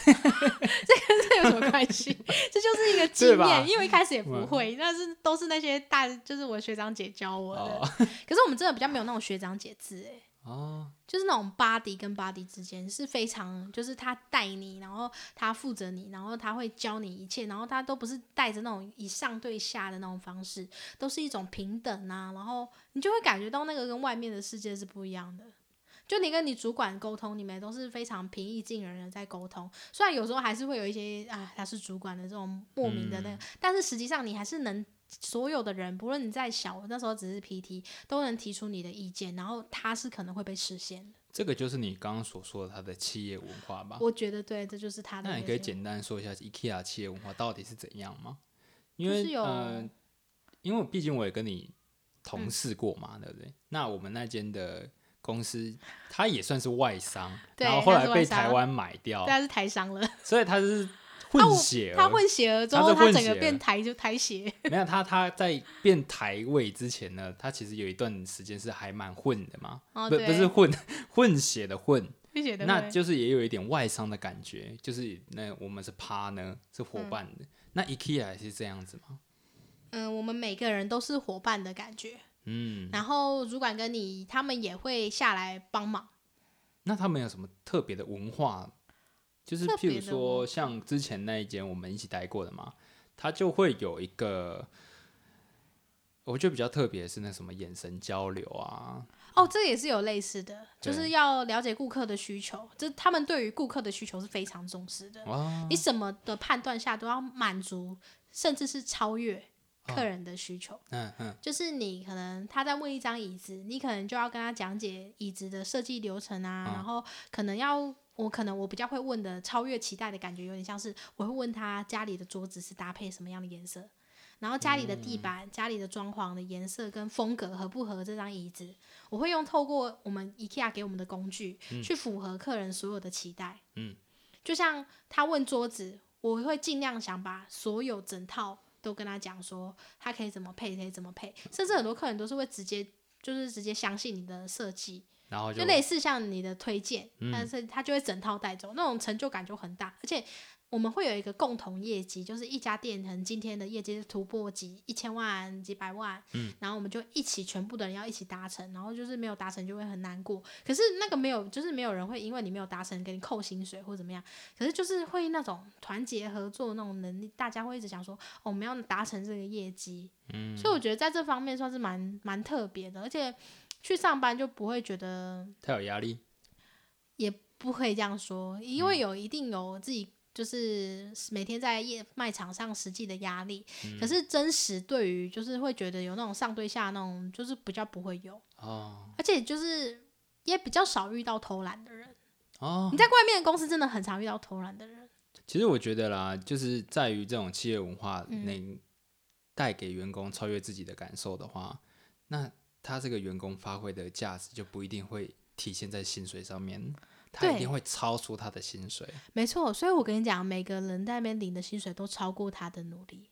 Speaker 2: 这 有什么关 系？这就是一个
Speaker 1: 对
Speaker 2: 经
Speaker 1: 吧
Speaker 2: 验，因为一开始也不
Speaker 1: 嗯
Speaker 2: 会，但是都是那些大就是我学长姐教我的。
Speaker 1: 哦
Speaker 2: 可是我们真的比较没有那种学长姐制，哎，
Speaker 1: 哦，
Speaker 2: 就是那种 body 跟 body 之间是非常，就是他带你，然后他负责你，然后他会教你一切，然后他都不是带着那种以上对下的那种方式，都是一种平等啊，然后你就会感觉到那个跟外面的世界是不一样的。就你跟你主管沟通，你们都是非常平易近人的在沟通，虽然有时候还是会有一些啊，他是主管的这种莫名的那个，
Speaker 1: 嗯
Speaker 2: 但是实际上你还是能所有的人，不论你再小，我那时候只是 PT，都能提出你的意见，然后他是可能会被实现的。
Speaker 1: 这个就是你刚刚所说的他的企业文化吧？
Speaker 2: 我觉得对，这就是他的个
Speaker 1: 啊那
Speaker 2: 性。
Speaker 1: 你可以简单说一下 IKEA 企业文化到底是怎样吗？因
Speaker 2: 就
Speaker 1: 为
Speaker 2: 是有
Speaker 1: 呃，因为毕竟我也跟你
Speaker 2: 嗯
Speaker 1: 同事过嘛，对不对？那我们那间的公司，它也算是外商，
Speaker 2: 对
Speaker 1: 然后后
Speaker 2: 它
Speaker 1: 来
Speaker 2: 是外
Speaker 1: 被
Speaker 2: 商
Speaker 1: 台湾买掉，
Speaker 2: 但是台商了，
Speaker 1: 所以它是
Speaker 2: 啊
Speaker 1: 混
Speaker 2: 我
Speaker 1: 血儿。
Speaker 2: 他混血儿之
Speaker 1: 他
Speaker 2: 后，
Speaker 1: 是
Speaker 2: 他
Speaker 1: 混
Speaker 2: 整
Speaker 1: 血
Speaker 2: 个
Speaker 1: 儿
Speaker 2: 变台就台血，
Speaker 1: 没有他，他在变台位之前呢，他其实有一段时间是还蛮混的嘛，
Speaker 2: 哦，
Speaker 1: 不
Speaker 2: 对，
Speaker 1: 不是混 混血的混，
Speaker 2: 混血的
Speaker 1: 那
Speaker 2: 会
Speaker 1: 就是也有一点外商的感觉，就是那我们是 partner 是伙伴的，那 IKEA 也是这样子嘛，
Speaker 2: 嗯，我们每个人都是伙伴的感觉，
Speaker 1: 嗯，
Speaker 2: 然后主管跟你他们也会下来帮忙，
Speaker 1: 那他们有什么特别的文化？就是
Speaker 2: 特
Speaker 1: 譬
Speaker 2: 别
Speaker 1: 如
Speaker 2: 的文
Speaker 1: 说，像之前那一间我们一起待过的嘛，他就会有一个，我觉得比较特别的是那什么眼神交流啊，
Speaker 2: 哦，这也是有类似的，就
Speaker 1: 对
Speaker 2: 是要了解顾客的需求，这他们对于顾客的需求是非常重视的。
Speaker 1: 哦
Speaker 2: 你什么的判断下都要满足，甚至是超越客人的需求。
Speaker 1: 嗯嗯，
Speaker 2: 就是你可能他在问一张椅子，你可能就要跟他讲解椅子的设计流程啊，
Speaker 1: 嗯
Speaker 2: 然后可能要。我可能我比较会问的超越期待的感觉，有点像是我会问他家里的桌子是搭配什么样的颜色，然后家里的地
Speaker 1: 嗯
Speaker 2: 板、家里的装潢的颜色跟风格合不合这张椅子，我会用透过我们 IKEA 给我们的工具、去符合客人所有的期待。
Speaker 1: 嗯，
Speaker 2: 就像他问桌子，我会尽量想把所有整套都跟他讲说，他可以怎么配，可以怎么配，甚至很多客人都是会直接就是直接相信你的设计，
Speaker 1: 然后
Speaker 2: 就嗯
Speaker 1: 就
Speaker 2: 类似像你的推荐，但是他就会整套带走，那种成就感就很大，而且。我们会有一个共同业绩，就是一家店可能今天的业绩是突破几一千万、几百万，嗯，然后我们就一起全部的人要一起达成，然后就是没有达成就会很难过。可是那个没有，就是没有人会因为你没有达成给你扣薪水或怎么样，可是就是会那种团结合作那种能力，大家会一直想说，哦，我们要达成这个业绩。嗯，所以我觉得在这方面算是蛮蛮特别的，而且去上班就不会觉得
Speaker 1: 他有压力，
Speaker 2: 也不可以这样说，因为有一定有自己就是每天在业卖场上实际的压力，可是真实对于就是会觉得有那种上对下那种，就是比较不会有
Speaker 1: 哦
Speaker 2: 而且就是也比较少遇到偷懒的人。
Speaker 1: 哦
Speaker 2: 你，在外面的公司真的很常遇到偷懒的人，
Speaker 1: 其实我觉得啦，就是在于这种企业文化
Speaker 2: 嗯
Speaker 1: 能带给员工超越自己的感受的话，那他这个员工发挥的价值就不一定会体现在薪水上面，他
Speaker 2: 对
Speaker 1: 一定会超出他的薪水。
Speaker 2: 没错。所以我跟你讲，每个人在那边领的薪水都超过他的努力，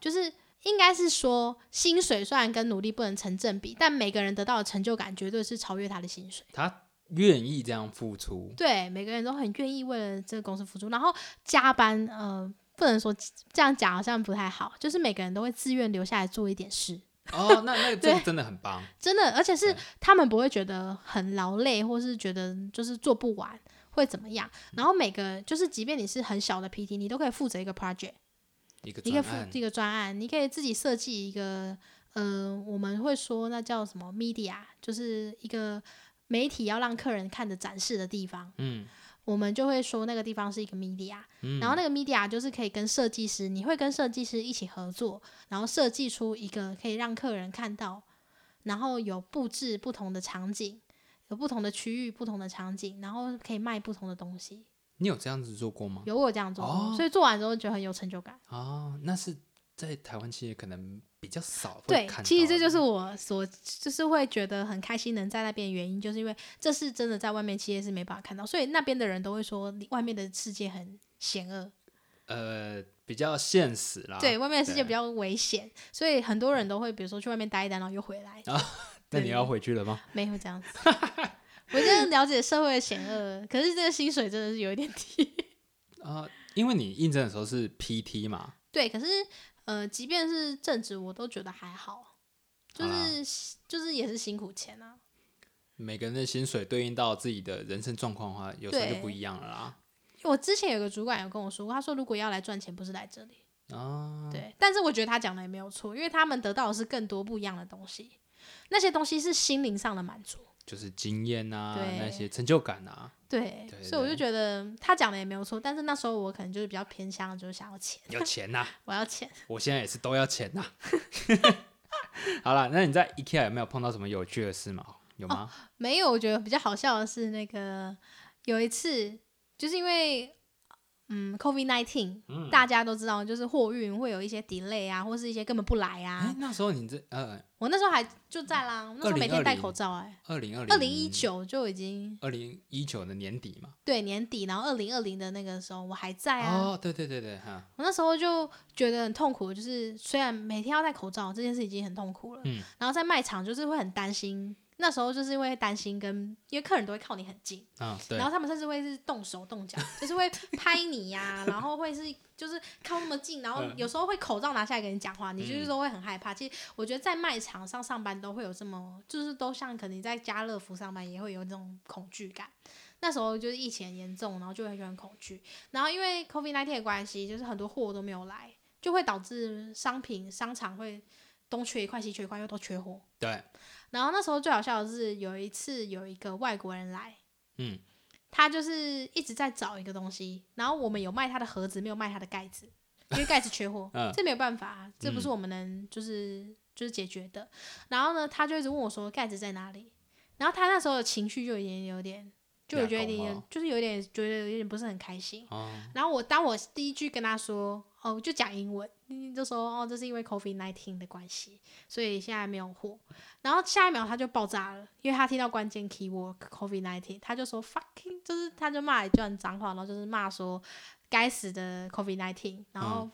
Speaker 2: 就是。应该是说，薪水虽然跟努力不能成正比，但每个人得到的成就感绝对是超越他的薪水。
Speaker 1: 他愿意这样付出，
Speaker 2: 对，每个人都很愿意为了这个公司付出，然后加班，呃，不能说这样讲好像不太好，就是每个人都会自愿留下来做一点事，
Speaker 1: 哦，那那个这
Speaker 2: 对
Speaker 1: 个真的很棒，
Speaker 2: 真的，而且是
Speaker 1: 对
Speaker 2: 他们不会觉得很劳累，或是觉得就是做不完会怎么样。然后每个就是，即便你是很小的 PT，你都可以负责一个 project，
Speaker 1: 一个
Speaker 2: 你可以
Speaker 1: 专
Speaker 2: 负
Speaker 1: 案
Speaker 2: 一个专案，你可以自己设计一个，呃，我们会说那叫什么 media，就是一个媒体要让客人看的展示的地方。
Speaker 1: 嗯，
Speaker 2: 我们就会说那个地方是一个 media，、
Speaker 1: 嗯
Speaker 2: 然后那个 media 就是可以跟设计师，你会跟设计师一起合作，然后设计出一个可以让客人看到，然后有布置不同的场景，有不同的区域、不同的场景，然后可以卖不同的东西。
Speaker 1: 你有这样子做过吗？
Speaker 2: 有我这样做过，
Speaker 1: 哦
Speaker 2: 所以做完之后觉得很有成就感。
Speaker 1: 哦，那是在台湾企业可能比较少会
Speaker 2: 对
Speaker 1: 看，
Speaker 2: 其实这
Speaker 1: 到
Speaker 2: 就是我所就是会觉得很开心能在那边的原因，就是因为这是真的在外面企业是没办法看到，所以那边的人都会说你外面的世界很险恶。
Speaker 1: 呃比较现实啦，
Speaker 2: 对，外面的世界
Speaker 1: 啊对
Speaker 2: 比较危险，所以很多人都会，比如说去外面待一待，然后又回
Speaker 1: 啊
Speaker 2: 来，
Speaker 1: 那你
Speaker 2: 对
Speaker 1: 要回去了吗？
Speaker 2: 没有这 样子。我真的了解社会的险恶，可是这个薪水真的是有一点低。
Speaker 1: 啊，因为你应征的时候是 PT 嘛，
Speaker 2: 对，可是呃，即便是正职，我都觉得还好，就
Speaker 1: 好啦
Speaker 2: 是就是也是辛苦钱啊。
Speaker 1: 每个人的薪水对应到自己的人生状况的话，有时候就不一样了啦。
Speaker 2: 我之前有个主管有跟我说过，他说如果要来赚钱，不是来这里。
Speaker 1: 啊，
Speaker 2: 对，但是我觉得他讲的也没有错，因为他们得到的是更多不一样的东西，那些东西是心灵上的满足。
Speaker 1: 就是经验啊，
Speaker 2: 对
Speaker 1: 那些成就感啊，
Speaker 2: 对，
Speaker 1: 对
Speaker 2: 所以我就
Speaker 1: 对
Speaker 2: 觉得他讲的也没有错，但是那时候我可能就是比较偏向，就是想要钱，
Speaker 1: 有钱呐、
Speaker 2: 我要钱。
Speaker 1: 我现在也是都要钱呐、 好啦，那你在 IKEA 有没有碰到什么有趣的事吗？有吗？
Speaker 2: 没有，我觉得比较好笑的是那个有一次，就是因为嗯，COVID nineteen，、大
Speaker 1: 嗯
Speaker 2: 家都知道，就是货运会有一些 delay 啊，或是一些根本不来啊。
Speaker 1: 哎、那时候你这呃，
Speaker 2: 我那时候还就在啦，我那时候每天戴口罩哎、
Speaker 1: 二零二零
Speaker 2: 2二零一九就已经
Speaker 1: 二零一九的年底嘛。
Speaker 2: 对年底，然后二零二零的那个时候我还在啊，
Speaker 1: 哦，对对对对，哈，
Speaker 2: 我那时候就觉得很痛苦，就是虽然每天要戴口罩这件事已经很痛苦了，
Speaker 1: 嗯
Speaker 2: 然后在卖场就是会很担心，那时候就是因为担心跟因为客人都会靠你很近，
Speaker 1: 啊，对
Speaker 2: 然，后他们甚至会是动手动脚， 就是会拍你 呀、然后会是就是靠那么近，然后
Speaker 1: 嗯
Speaker 2: 有时候会口罩拿下来跟你讲话，你就是都会很害怕。其实我觉得在卖场上上班都会有这么，就是都像可能你在家乐福上班也会有这种恐惧感。那时候就是疫情很严重，然后就会很恐惧，然后因为 COVID 1 9的关系，就是很多货都没有来，就会导致商品商场会东缺一块西缺一块，又都缺货。
Speaker 1: 对，
Speaker 2: 然后那时候最好笑的是，有一次有一个外国人来，
Speaker 1: 嗯，，
Speaker 2: 他就是一直在找一个东西，然后我们有卖他的盒子，没有卖他的盖子，因为盖子缺货
Speaker 1: 嗯
Speaker 2: 这没有办法，啊这不是我们能就是、就是解决的。然后呢，他就一直问我说盖子在哪里，然后他那时候的情绪就已经有点，就我觉得
Speaker 1: 俩
Speaker 2: 有点
Speaker 1: 狗毛
Speaker 2: 就是有点觉得有点不是很开心。
Speaker 1: 哦，
Speaker 2: 然后我当我第一句跟他说，哦，我就讲英文，嗯就说哦，这是因为 COVID nineteen 的关系，所以现在没有货。然后下一秒他就爆炸了，因为他听到关键 keyword COVID nineteen，他就说 fucking，就是他就骂一段脏话，然后就是骂说该死的 COVID nineteen，然后、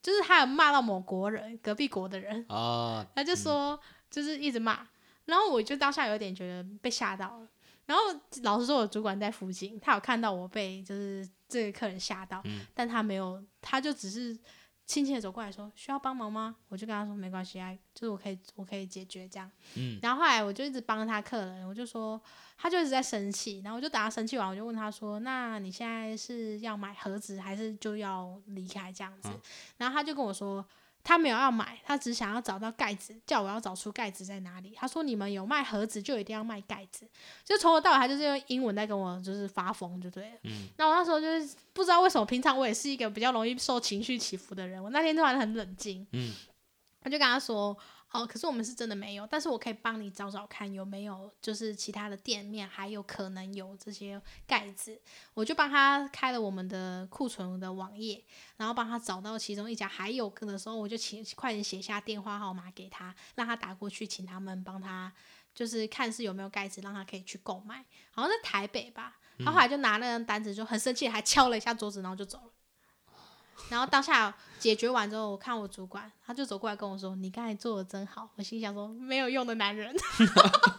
Speaker 2: 就是他有骂到某国人，隔壁国的人，
Speaker 1: 哦，
Speaker 2: 他就说、就是一直骂，然后我就当下有点觉得被吓到了。然后老实说，我主管在附近，他有看到我被就是这个客人吓到，
Speaker 1: 嗯
Speaker 2: 但他没有，他就只是轻轻的走过来说需要帮忙吗？我就跟他说没关系啊，就是我可以我可以解决这样。
Speaker 1: 嗯
Speaker 2: 然后后来我就一直帮他客人，我就说他就一直在生气，然后我就等他生气完，我就问他说：“那你现在是要买盒子，还是就要离开这样子？”
Speaker 1: 嗯
Speaker 2: 然后他就跟我说。他没有要买，他只想要找到盖子，叫我要找出盖子在哪里。他说你们有卖盒子，就一定要卖盖子。就从头到尾，他就是用英文在跟我就是发疯，就对了。
Speaker 1: 嗯
Speaker 2: 那我那时候就是不知道为什么，平常我也是一个比较容易受情绪起伏的人，我那天突然很冷静，
Speaker 1: 嗯，
Speaker 2: 我就跟他说，哦，可是我们是真的没有，但是我可以帮你找找看有没有，就是其他的店面还有可能有这些盖子。我就帮他开了我们的库存的网页，然后帮他找到其中一家还有个的时候，我就请快点写下电话号码给他，让他打过去，请他们帮他就是看是有没有盖子，让他可以去购买。好像在台北吧，他
Speaker 1: 嗯
Speaker 2: 后来就拿那张单子就很生气，还敲了一下桌子，然后就走了。然后当下解决完之后，我看我主管，他就走过来跟我说：“你刚才做的真好。”我心想说：“没有用的男人。”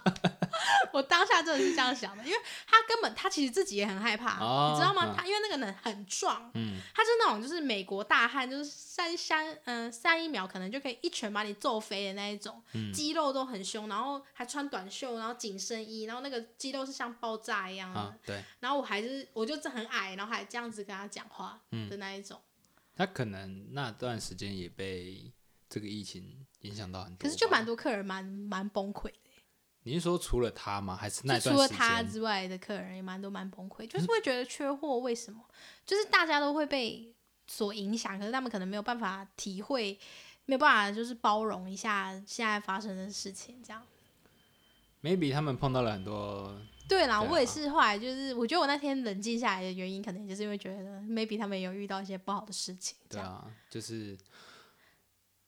Speaker 2: 我当下真的是这样想的，因为他根本他其实自己也很害怕，
Speaker 1: 哦
Speaker 2: 你知道吗
Speaker 1: 嗯？
Speaker 2: 他因为那个人很壮，
Speaker 1: 嗯，
Speaker 2: 他是那种就是美国大汉，就是三三嗯、三一秒可能就可以一拳把你揍飞的那一种，
Speaker 1: 嗯
Speaker 2: 肌肉都很凶，然后还穿短袖，然后紧身衣，然后那个肌肉是像爆炸一样的，
Speaker 1: 啊，对，
Speaker 2: 然后我还是我就是很矮，然后还这样子跟他讲话
Speaker 1: 嗯
Speaker 2: 的那一种。
Speaker 1: 他可能那段时间也被这个疫情影响到很多吧。
Speaker 2: 可是就蛮多客人蛮蛮崩溃的，
Speaker 1: 你是说除了他吗？还是那
Speaker 2: 就
Speaker 1: 段
Speaker 2: 除了
Speaker 1: 时
Speaker 2: 他
Speaker 1: 间？
Speaker 2: 之外的客人也蛮多蛮崩溃， 就是会觉得缺货，为什么？就是大家都会被所影响，可是他们可能没有办法体会，没有办法就是包容一下现在发生的事情，这样。
Speaker 1: maybe 他们碰到了很多，
Speaker 2: 对啦，
Speaker 1: 对啊
Speaker 2: 我也是后来就是，我觉得我那天冷静下来的原因，可能就是因为觉得 maybe 他们有遇到一些不好的事情，这
Speaker 1: 对
Speaker 2: 样。
Speaker 1: 啊，就是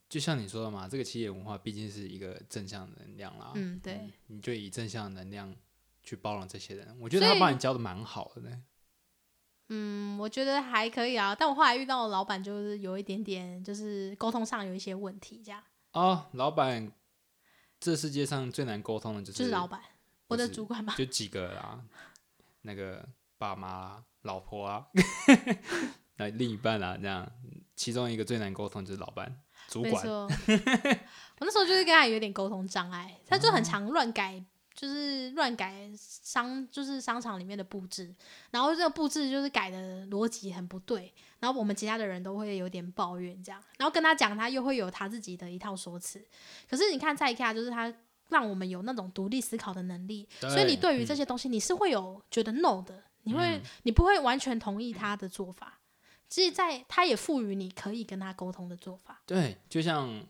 Speaker 1: 就像你说的嘛，这个企业文化毕竟是一个正向能量啦，
Speaker 2: 嗯，对，
Speaker 1: 你就以正向能量去包容这些人，我觉得
Speaker 2: 所
Speaker 1: 他
Speaker 2: 以
Speaker 1: 把你教的蛮好的呢。
Speaker 2: 嗯，我觉得还可以啊，但我后来遇到的老板就是有一点点，就是沟通上有一些问题，这样。
Speaker 1: 哦，老板，这世界上最难沟通的就是
Speaker 2: 就是老板，我的
Speaker 1: 不是
Speaker 2: 主管吧。
Speaker 1: 就几个啦，那个爸妈啊、老婆啊， 那另一半啊，这样，其中一个最难沟通就是老板、主
Speaker 2: 没
Speaker 1: 管。
Speaker 2: 错，我那时候就是跟他有点沟通障碍，他
Speaker 1: 哦
Speaker 2: 就很常乱改，就是乱改商，就是商场里面的布置，然后这个布置就是改的逻辑很不对，然后我们其他的人都会有点抱怨这样，然后跟他讲，他又会有他自己的一套说辞。可是你看在 IKEA，就是他让我们有那种独立思考的能力，所以你对于这
Speaker 1: 嗯
Speaker 2: 些东西，你是会有觉得 no 的，你会、你不会完全同意他的做法，其实在他也赋予你可以跟他沟通的做法。
Speaker 1: 对，就像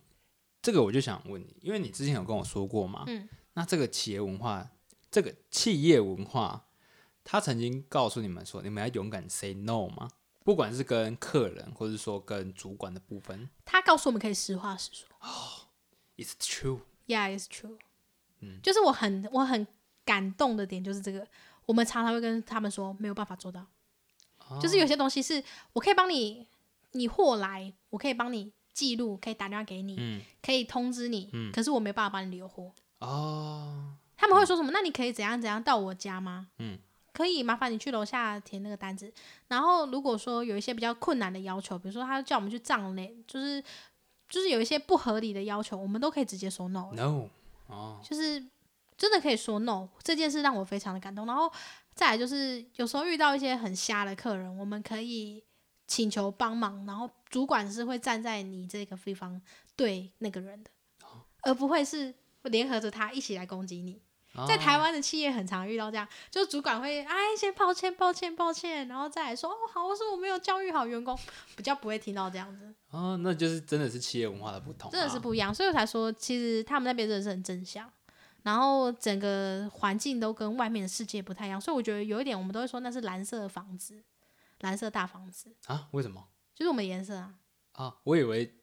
Speaker 1: 这个，我就想问你，因为你之前有跟我说过嘛，
Speaker 2: 嗯，
Speaker 1: 那这个企业文化，这个企业文化，他曾经告诉你们说，你们要勇敢 say no 吗？不管是跟客人，或者说跟主管的部分
Speaker 2: 他告诉我们可以实话实说
Speaker 1: ，it's true。
Speaker 2: ，Yeah, it's true。
Speaker 1: 嗯，
Speaker 2: 就是我很我很感动的点就是这个，我们常常会跟他们说没有办法做到，
Speaker 1: 哦
Speaker 2: 就是有些东西是我可以帮你，你货来，我可以帮你记录，可以打电话给你，
Speaker 1: 嗯
Speaker 2: 可以通知你，
Speaker 1: 嗯
Speaker 2: 可是我没办法帮你留货。
Speaker 1: 哦，
Speaker 2: 他们会说什么？那你可以怎样怎样到我家吗？
Speaker 1: 嗯，
Speaker 2: 可以，麻烦你去楼下填那个单子。然后如果说有一些比较困难的要求，比如说他叫我们去账类，就是就是有一些不合理的要求，我们都可以直接说 no，了、
Speaker 1: no，哦，
Speaker 2: 就是真的可以说 no。这件事让我非常的感动。然后再来就是有时候遇到一些很瞎的客人，我们可以请求帮忙，然后主管是会站在你这个地方对那个人的，
Speaker 1: 哦
Speaker 2: 而不会是联合着他一起来攻击你。在台
Speaker 1: 湾
Speaker 2: 湾的企业很常遇到这样，就是主管会哎先抱歉抱歉抱歉，然后再来说哦好，我说我没有教育好员工，比较不会听到这样子，
Speaker 1: 哦，那就是真的是企业文化的不同啊，
Speaker 2: 真的是不一样，所以我才说其实他们那边真的是很正向，然后整个环境都跟外面的世界不太一样，所以我觉得有一点我们都会说那是蓝色的房子，蓝色大房子，
Speaker 1: 啊？为什么
Speaker 2: 就是我们颜 色啊，
Speaker 1: 啊？我以为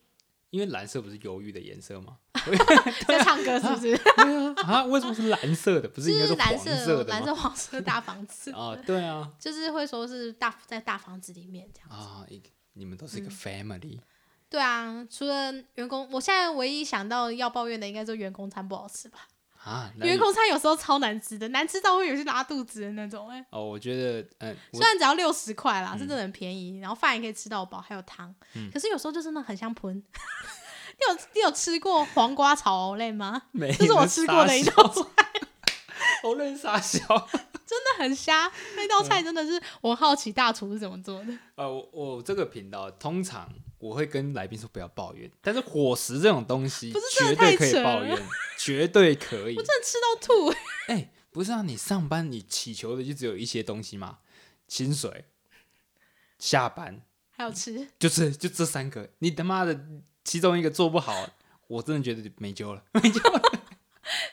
Speaker 1: 因为蓝色不是忧郁的颜色吗？
Speaker 2: 在唱歌是不是？
Speaker 1: 对啊，啊为什么是蓝色啊 的？不是应该
Speaker 2: 就是
Speaker 1: 黄
Speaker 2: 蓝
Speaker 1: 的吗？
Speaker 2: 色蓝色黄色大 房子，
Speaker 1: 啊，对啊，
Speaker 2: 就是会说是大在大房子里面这样。
Speaker 1: 啊，一个你们都是一个
Speaker 2: 嗯
Speaker 1: family，
Speaker 2: 对啊，除了员工，我现在唯一想到要抱怨的，应该就是员工餐不好吃吧？
Speaker 1: 啊，那
Speaker 2: 员
Speaker 1: 你
Speaker 2: 工餐有时候超难吃的，难吃到会有些拉肚子的那种、哎，
Speaker 1: 哦，我觉得，嗯，我嗯
Speaker 2: 虽然只要六十块啦，是真的很便宜，然后饭也可以吃到饱，还有汤，可是有时候就真的很像盆。你有 你有吃过黄瓜炒藕类吗？
Speaker 1: 没
Speaker 2: 这是我
Speaker 1: 人
Speaker 2: 吃
Speaker 1: 傻
Speaker 2: 过的一道
Speaker 1: 笑，
Speaker 2: 菜，
Speaker 1: 我认傻笑。
Speaker 2: 真的很瞎。那道
Speaker 1: 嗯
Speaker 2: 菜真的是，我很好奇大厨是怎么做的。
Speaker 1: 呃，我我这个频道通常我会跟来宾说不要抱怨，但是伙食这种东西
Speaker 2: 不是
Speaker 1: 绝
Speaker 2: 真的太
Speaker 1: 对可以
Speaker 2: 扯了
Speaker 1: 抱怨，绝对可 以。
Speaker 2: 真的吃到吐、
Speaker 1: 哎、不是啊，你上班你祈求的就只有一些东西嘛，薪水、下班，
Speaker 2: 还有吃，
Speaker 1: 就是就这三个。你他妈的其中一个做不好，我真的觉得没救了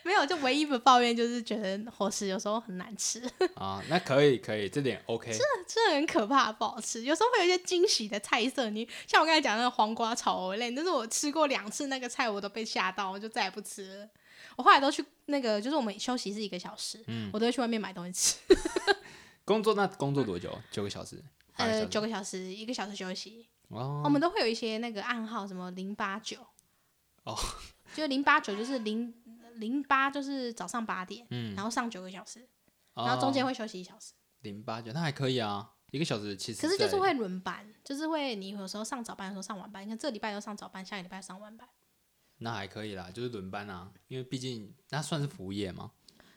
Speaker 2: 没有就唯一的抱怨就是觉得伙食有时候很难吃。
Speaker 1: 啊！那可以可以，这点 OK。
Speaker 2: 真的很可怕，不好吃。有时候会有一些惊喜的菜色，你像我刚才讲的那个黄瓜炒藕类，但是我吃过两次那个菜，我都被吓到，我就再也不吃了。我后来都去那个，就是我们休息是一个小时，
Speaker 1: 嗯
Speaker 2: 我都会去外面买东 西吃。
Speaker 1: 工作那工作多久？九个小时？八个小
Speaker 2: 呃，
Speaker 1: 时
Speaker 2: 九个小时，一个小时休息，
Speaker 1: 哦，
Speaker 2: 我们都会有一些那个暗号，什么零八九，
Speaker 1: 哦，
Speaker 2: 就零八九就是零零八就是早上八点，
Speaker 1: 嗯哦
Speaker 2: 然后上九个小时，然后中间会休息一小时。
Speaker 1: 零八九，那还可以啊，一个小时其实
Speaker 2: 可是就是
Speaker 1: 在
Speaker 2: 会轮班，就是会你有时候上早班，有时候上晚班，你看这礼拜又上早班，下个礼拜上晚班。
Speaker 1: 那还可以啦，就是轮班啊，因为毕竟那算是服务业嘛，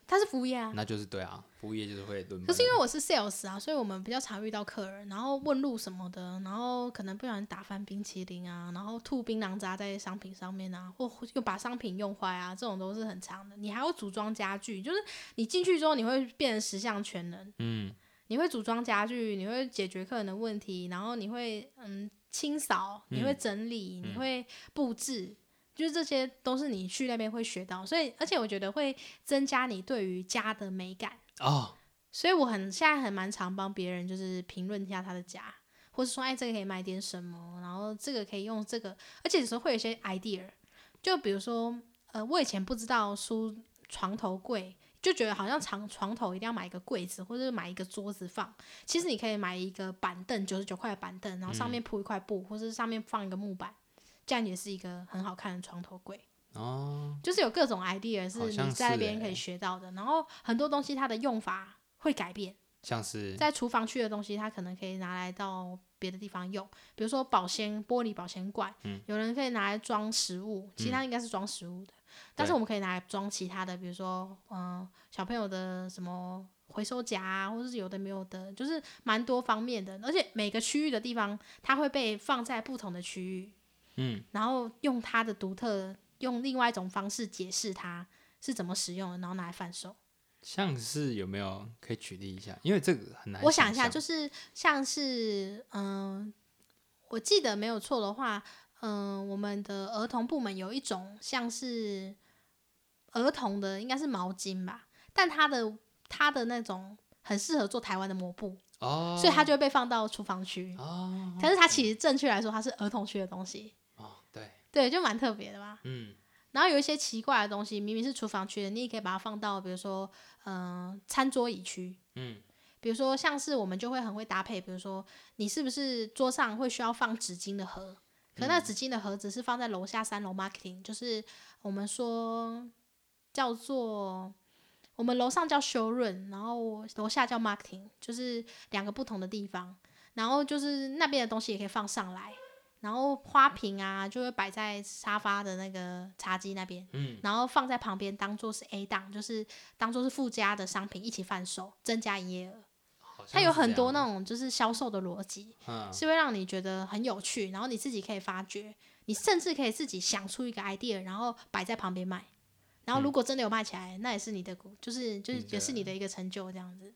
Speaker 2: 他是服务业啊。
Speaker 1: 那就是对啊，服务业就是会轮班。
Speaker 2: 可是因为我是 sales 啊，所以我们比较常遇到客人，然后问路什么的，然后可能不小心打翻冰淇淋啊，然后吐槟榔渣在商品上面啊，或又把商品用坏啊，这种都是很常的。你还要组装家具，就是你进去之后你会变成十项全能，
Speaker 1: 嗯，
Speaker 2: 你会组装家具，你会解决客人的问题，然后你会嗯清扫，你会整理，你会布置，就是这些都是你去那边会学到。所以，而且我觉得会增加你对于家的美感。
Speaker 1: 哦，
Speaker 2: 所以我很现在很蛮常帮别人就是评论一下他的家，或是说哎这个可以买点什么，然后这个可以用这个，而且有时候会有一些 idea，就比如说呃我以前不知道书床头柜。就觉得好像床床头一定要买一个柜子，或者是买一个桌子放。其实你可以买一个板凳，九十九块的板凳，然后上
Speaker 1: 嗯
Speaker 2: 面铺一块布，或者是上面放一个木板，这样也是一个很好看的床头柜。
Speaker 1: 哦，
Speaker 2: 就是有各种 idea 是
Speaker 1: 好像
Speaker 2: 你在那
Speaker 1: 是
Speaker 2: 边可
Speaker 1: 欸
Speaker 2: 以学到的，然后很多东西它的用法会改变。
Speaker 1: 像是
Speaker 2: 在厨房区的东西，它可能可以拿来到别的地方用，比如说保鲜玻璃保鲜罐，
Speaker 1: 嗯
Speaker 2: 有人可以拿来装食物，其实它应该是装食物的，但是
Speaker 1: 对
Speaker 2: 我们可以拿来装其他的，比如说嗯、呃小朋友的什么回收夹啊，或者是有的没有的，就是蛮多方面的，而且每个区域的地方，它会被放在不同的区域，
Speaker 1: 嗯，
Speaker 2: 然后用它的独特，用另外一种方式解释它是怎么使用的，然后拿来贩售。
Speaker 1: 像是有没有可以举例一下？因为这个很难象。
Speaker 2: 我想一下，就是是像是嗯、我记得没有错的话，嗯、我们的儿童部门有一种像是儿童的，应该是毛巾吧，但它的它的那种很适合做台湾的抹布，
Speaker 1: 哦，
Speaker 2: 所以它就会被放到厨房区。
Speaker 1: 哦，
Speaker 2: 但是它其实正确来说，它是儿童区的东西，
Speaker 1: 哦，对，
Speaker 2: 对，就蛮特别的吧。
Speaker 1: 嗯，
Speaker 2: 然后有一些奇怪的东西，明明是厨房区的，你也可以把它放到，比如说，嗯、餐桌椅区。
Speaker 1: 嗯。
Speaker 2: 比如说，像是我们就会很会搭配，比如说，你是不是桌上会需要放纸巾的盒？可那纸巾的盒子是放在楼下三楼 marketing，就是我们说叫做我们楼上叫修润，然后楼下叫 marketing，就是两个不同的地方。然后就是那边的东西也可以放上来，然后花瓶啊就会摆在沙发的那个茶几那边，
Speaker 1: 嗯，
Speaker 2: 然后放在旁边当做是 A 档，就是当做是附加的商品一起贩售，增加营业额。
Speaker 1: 好像
Speaker 2: 它有
Speaker 1: 是这
Speaker 2: 很
Speaker 1: 样
Speaker 2: 多那种就是销售的逻辑，
Speaker 1: 嗯，
Speaker 2: 是会让你觉得很有趣，然后你自己可以发掘，你甚至可以自己想出一个 idea，然后摆在旁边卖。然后如果真的有卖起来，那也是你的股，就是就
Speaker 1: 嗯
Speaker 2: 是
Speaker 1: 你的
Speaker 2: 也是你的一个成就这样子。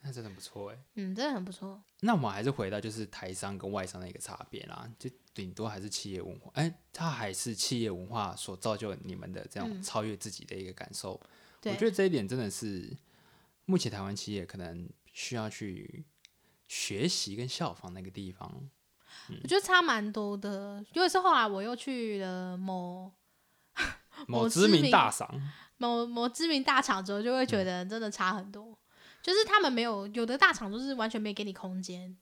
Speaker 1: 那真的不错哎。
Speaker 2: 嗯，真的很不错。
Speaker 1: 那我们还是回到就是台商跟外商的一个差别啦，就顶多还是企业文化，哎、它还是企业文化所造就你们的这种超越自己的一个感受。
Speaker 2: 嗯对，
Speaker 1: 我觉得这一点真的是目前台湾企业可能需要去学习跟效仿那个地方。嗯
Speaker 2: 我觉得差蛮多的，因为是后来我又去了某
Speaker 1: 某
Speaker 2: 某
Speaker 1: 知
Speaker 2: 知
Speaker 1: 名
Speaker 2: 名
Speaker 1: 大赏，
Speaker 2: 某某知名大厂之后，就会觉得真的差很多。就是他们没有有的大厂就是完全没给你空间，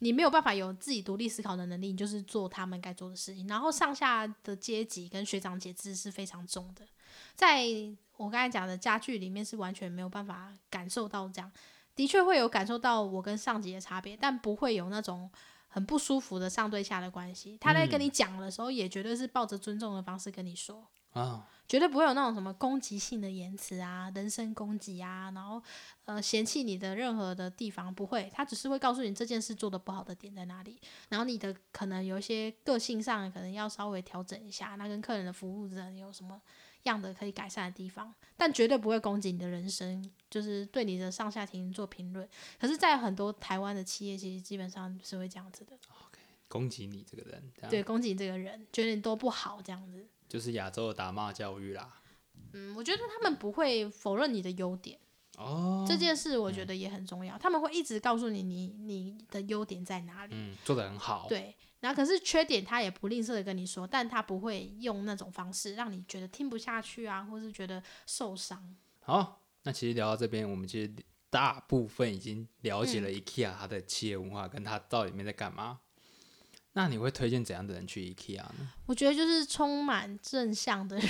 Speaker 2: 你没有办法有自己独立思考的能力，你就是做他们该做的事情。然后上下的阶级跟学长姐制是非常重的，在我刚才讲的家具里面是完全没有办法感受到这样，的确会有感受到我跟上级的差别，但不会有那种。很不舒服的上对下的关系，他在跟你讲的时候，也绝对是抱着尊重的方式跟你说。
Speaker 1: 啊，
Speaker 2: 绝对不会有那种什么攻击性的言辞啊、人身攻击啊，然后呃嫌弃你的任何的地方不会，他只是会告诉你这件事做的不好的点在哪里，然后你的可能有一些个性上可能要稍微调整一下，那跟客人的服务人有什么样的可以改善的地方，但绝对不会攻击你的人生，就是对你的上下庭做评论。可是，在很多台湾的企业，其实基本上是会这样子的，
Speaker 1: 攻击你这个人，这样
Speaker 2: 对，攻击这个人，觉得你都不好这样子。
Speaker 1: 就是亚洲的打骂教育啦。
Speaker 2: 嗯，我觉得他们不会否认你的优点。
Speaker 1: 哦，
Speaker 2: 这件事我觉得也很重要，他们会一直告诉你你你的优点在哪里，
Speaker 1: 嗯，做的很好，
Speaker 2: 对，然后可是缺点他也不吝啬的跟你说，但他不会用那种方式让你觉得听不下去啊，或是觉得受伤。
Speaker 1: 好，那其实聊到这边，我们其实大部分已经了解
Speaker 2: 嗯
Speaker 1: 了 IKEA 它的企业文化跟它到底里面在干嘛。那你会推荐怎样的人去 IKEA 呢？
Speaker 2: 我觉得就是充满正向的人，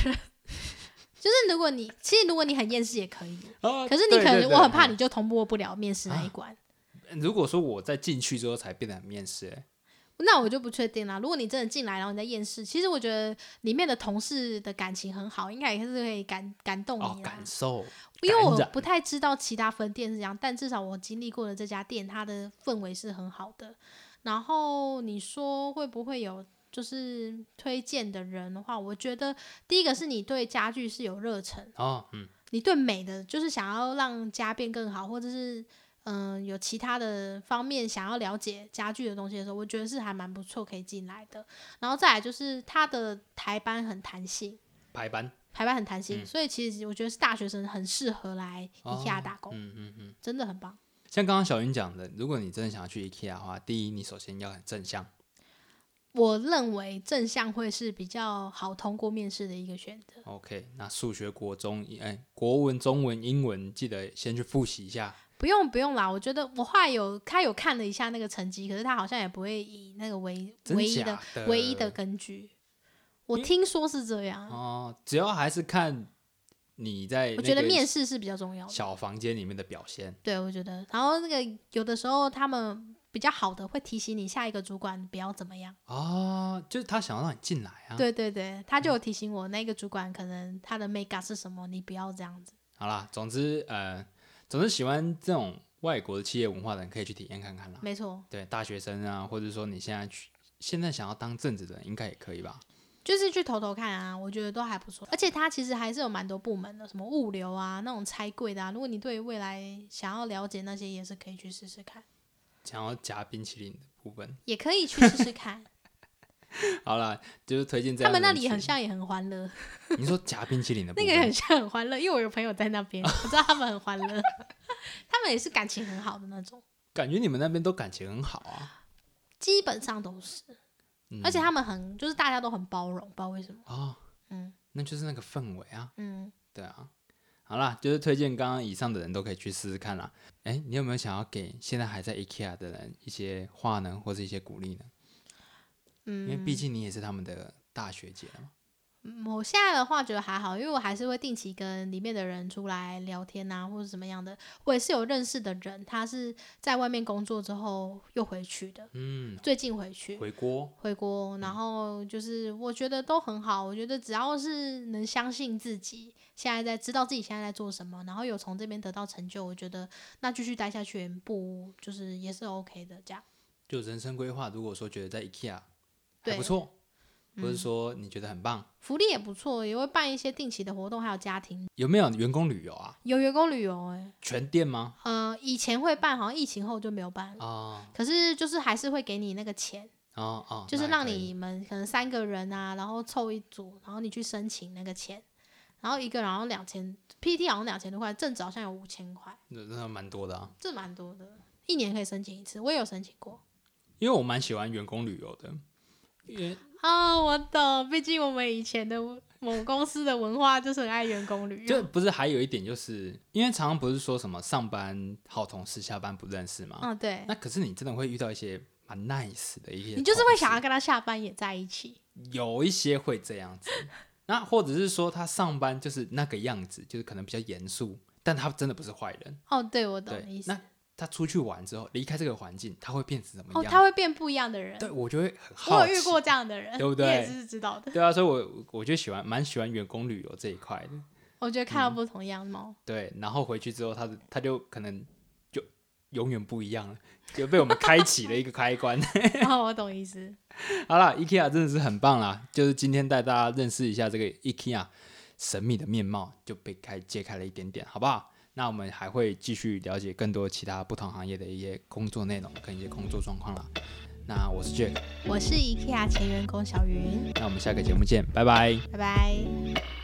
Speaker 2: 就是如果你其实如果你很厌世也可以，
Speaker 1: 啊
Speaker 2: 哦可是你可能我很怕
Speaker 1: 嗯
Speaker 2: 你就通过不了面试那一关。
Speaker 1: 如果说我在进去之后才变得很面试、欸，
Speaker 2: 那我就不确定啦。如果你真的进来，然后你在厌世，其实我觉得里面的同事的感情很好，应该也是可以感感动
Speaker 1: 哦
Speaker 2: 你，啊啦。
Speaker 1: 感受，
Speaker 2: 因为我
Speaker 1: 感染
Speaker 2: 不太知道其他分店是这样，但至少我经历过的这家店，它的氛围是很好的。然后呃你说会不会有就是推荐的人的话，我觉得第一个是你对家具是有热忱，
Speaker 1: 哦，嗯，
Speaker 2: 你对美的就是想要让家变更好，或者是嗯、有其他的方面想要了解家具的东西的时候，我觉得是还蛮不错可以进来的。然后再来就是它的台班很弹性。
Speaker 1: 排班，
Speaker 2: 排班很弹性，
Speaker 1: 嗯
Speaker 2: 所以其实我觉得是大学生很适合来
Speaker 1: 哦
Speaker 2: IKEA 打工，
Speaker 1: 嗯嗯嗯。
Speaker 2: 真的很棒。
Speaker 1: 像刚刚小云讲的，如果你真的想要去 IKEA 的话，第一，你首先要很正向，
Speaker 2: 我认为正向会是比较好通过面试的一个选择。
Speaker 1: OK，那数学、国中、哎、国文、中文、英文，记得先去复习一下。
Speaker 2: 不用不用啦，我觉得我后来有他有看了一下那个成绩，可是他好像也不会以那个为
Speaker 1: 真
Speaker 2: 唯一
Speaker 1: 假呃的
Speaker 2: 唯一的根据。我
Speaker 1: 因
Speaker 2: 听说是这样，
Speaker 1: 哦，只要还是看你在
Speaker 2: 我觉
Speaker 1: 那
Speaker 2: 得
Speaker 1: 个
Speaker 2: 面试是比较重要的。
Speaker 1: 小房间里面的表现。
Speaker 2: 对，我觉得，然后那个有的时候他们比较好的会提醒你下一个主管不要怎么样。
Speaker 1: 哦，就是他想要让你进来啊。，
Speaker 2: 对对对，他就有提醒我，那个主管可能他的 mega 是什么，你不要这样子。
Speaker 1: 好啦，总之呃，总之喜欢这种外国的企业文化的人可以去体验看看啦。
Speaker 2: 没错，
Speaker 1: 对，大学生啊，或者说你现在去现在想要当正职的人，应该也可以吧？
Speaker 2: 就是去投投看啊，我觉得都还不错。而且它其实还是有蛮多部门的，什么物流啊，那种拆柜的啊。如果你对未来想要了解那些，也是可以去试试看，
Speaker 1: 想要夹冰淇淋的部分，
Speaker 2: 也可以去试试看。
Speaker 1: 好啦，就是推 荐这
Speaker 2: 他
Speaker 1: 样的
Speaker 2: 们那
Speaker 1: 人
Speaker 2: 里很
Speaker 1: 去。
Speaker 2: 像也很欢乐，
Speaker 1: 你说夹冰淇淋的部 分，
Speaker 2: 那 个也很像很欢乐，因为我有朋友在那边，我知道他们很欢乐。他们也是感情很好的那种，
Speaker 1: 感觉你们那边都感情很好啊，
Speaker 2: 基本上都是，
Speaker 1: 嗯、
Speaker 2: 而且他们很就是大家都很包容，不知道为什么。
Speaker 1: 哦，
Speaker 2: 嗯
Speaker 1: 那就是那个氛围啊，
Speaker 2: 嗯，
Speaker 1: 对啊。好啦，就是推荐刚刚以上的人都可以去试试看啦。哎、你有没有想要给现在还在 IKEA 的人一些话呢，或是一些鼓励呢？因为毕竟你也是他们的大学姐了嘛。
Speaker 2: 嗯我现在的话觉得还好，因为我还是会定期跟里面的人出来聊天啊，或者怎么样的。我也是有认识的人，他是在外面工作之后又回去的，
Speaker 1: 嗯，
Speaker 2: 最近回去。
Speaker 1: 回锅，
Speaker 2: 回国，然后就是我觉得都很好。我觉得只要是能相信自己，现在在知道自己现在在做什么，然后有从这边得到成就，我觉得那继续待下去也不就是也是 OK 的。这样，
Speaker 1: 就人生规划，如果说觉得在 IKEA 还
Speaker 2: 对嗯
Speaker 1: 不错，或者说你觉得很棒，
Speaker 2: 福利也不错，也会办一些定期的活动，还有家庭
Speaker 1: 有没有员工旅游啊？
Speaker 2: 有员工旅游、欸。
Speaker 1: 全店吗？
Speaker 2: 呃，以前会办，好像疫情后就没有办了。
Speaker 1: 哦
Speaker 2: 可是就是还是会给你那个钱，
Speaker 1: 哦哦，
Speaker 2: 就是
Speaker 1: 那还
Speaker 2: 让
Speaker 1: 可以
Speaker 2: 你们可能三个人啊，然后凑一组，然后你去申请那个钱，然后一个人好像两千，PT 好像两千多块，正职好像有五千块，
Speaker 1: 那那蛮多的啊，
Speaker 2: 这蛮多的，一年可以申请一次，我也有申请过。
Speaker 1: 因为我蛮喜欢员工旅游的，
Speaker 2: 嗯
Speaker 1: 因为
Speaker 2: 哦，我懂，毕竟我们以前的某公司的文化就是很爱员工旅
Speaker 1: 就
Speaker 2: 游。
Speaker 1: 不是还有一点就是，因为常常不是说什么上班好同事，下班不认识嘛，
Speaker 2: 嗯，对，
Speaker 1: 那可是你真的会遇到一些蛮 nice 的一些同事，
Speaker 2: 你就是会想要跟他下班也在一起。
Speaker 1: 有一些会这样子，那或者是说他上班就是那个样子，就是可能比较严肃，但他真的不是坏人，
Speaker 2: 哦，对，我懂
Speaker 1: 对
Speaker 2: 意，思
Speaker 1: 那。他出去玩之后离开这个环境，他会变成怎么
Speaker 2: 哦，
Speaker 1: 样？
Speaker 2: 他会变不一样的人。
Speaker 1: 对我就会很好
Speaker 2: 我
Speaker 1: 奇，
Speaker 2: 有遇过这样的人，
Speaker 1: 对不
Speaker 2: 你
Speaker 1: 对
Speaker 2: 也是知道的。
Speaker 1: 对啊，所以我我就喜欢蛮喜欢员工旅游这一块的。
Speaker 2: 我觉得看到不同样 貌，
Speaker 1: 对，然后回去之后他，他就可能就永远不一样了，就被我们开启了一个开关。
Speaker 2: 然哦后我懂意思。
Speaker 1: 好啦 IKEA 真的是很棒啦，就是今天带大家认识一下这个 IKEA 神秘的面貌，就被开揭开了一点点，好不好？那我们还会继续了解更多其他不同行业的一些工作内容跟一些工作状况啦。那我是 Jack，
Speaker 2: 我是 IKEA 前员工小云，
Speaker 1: 那我们下个节目见，拜拜。
Speaker 2: 拜拜。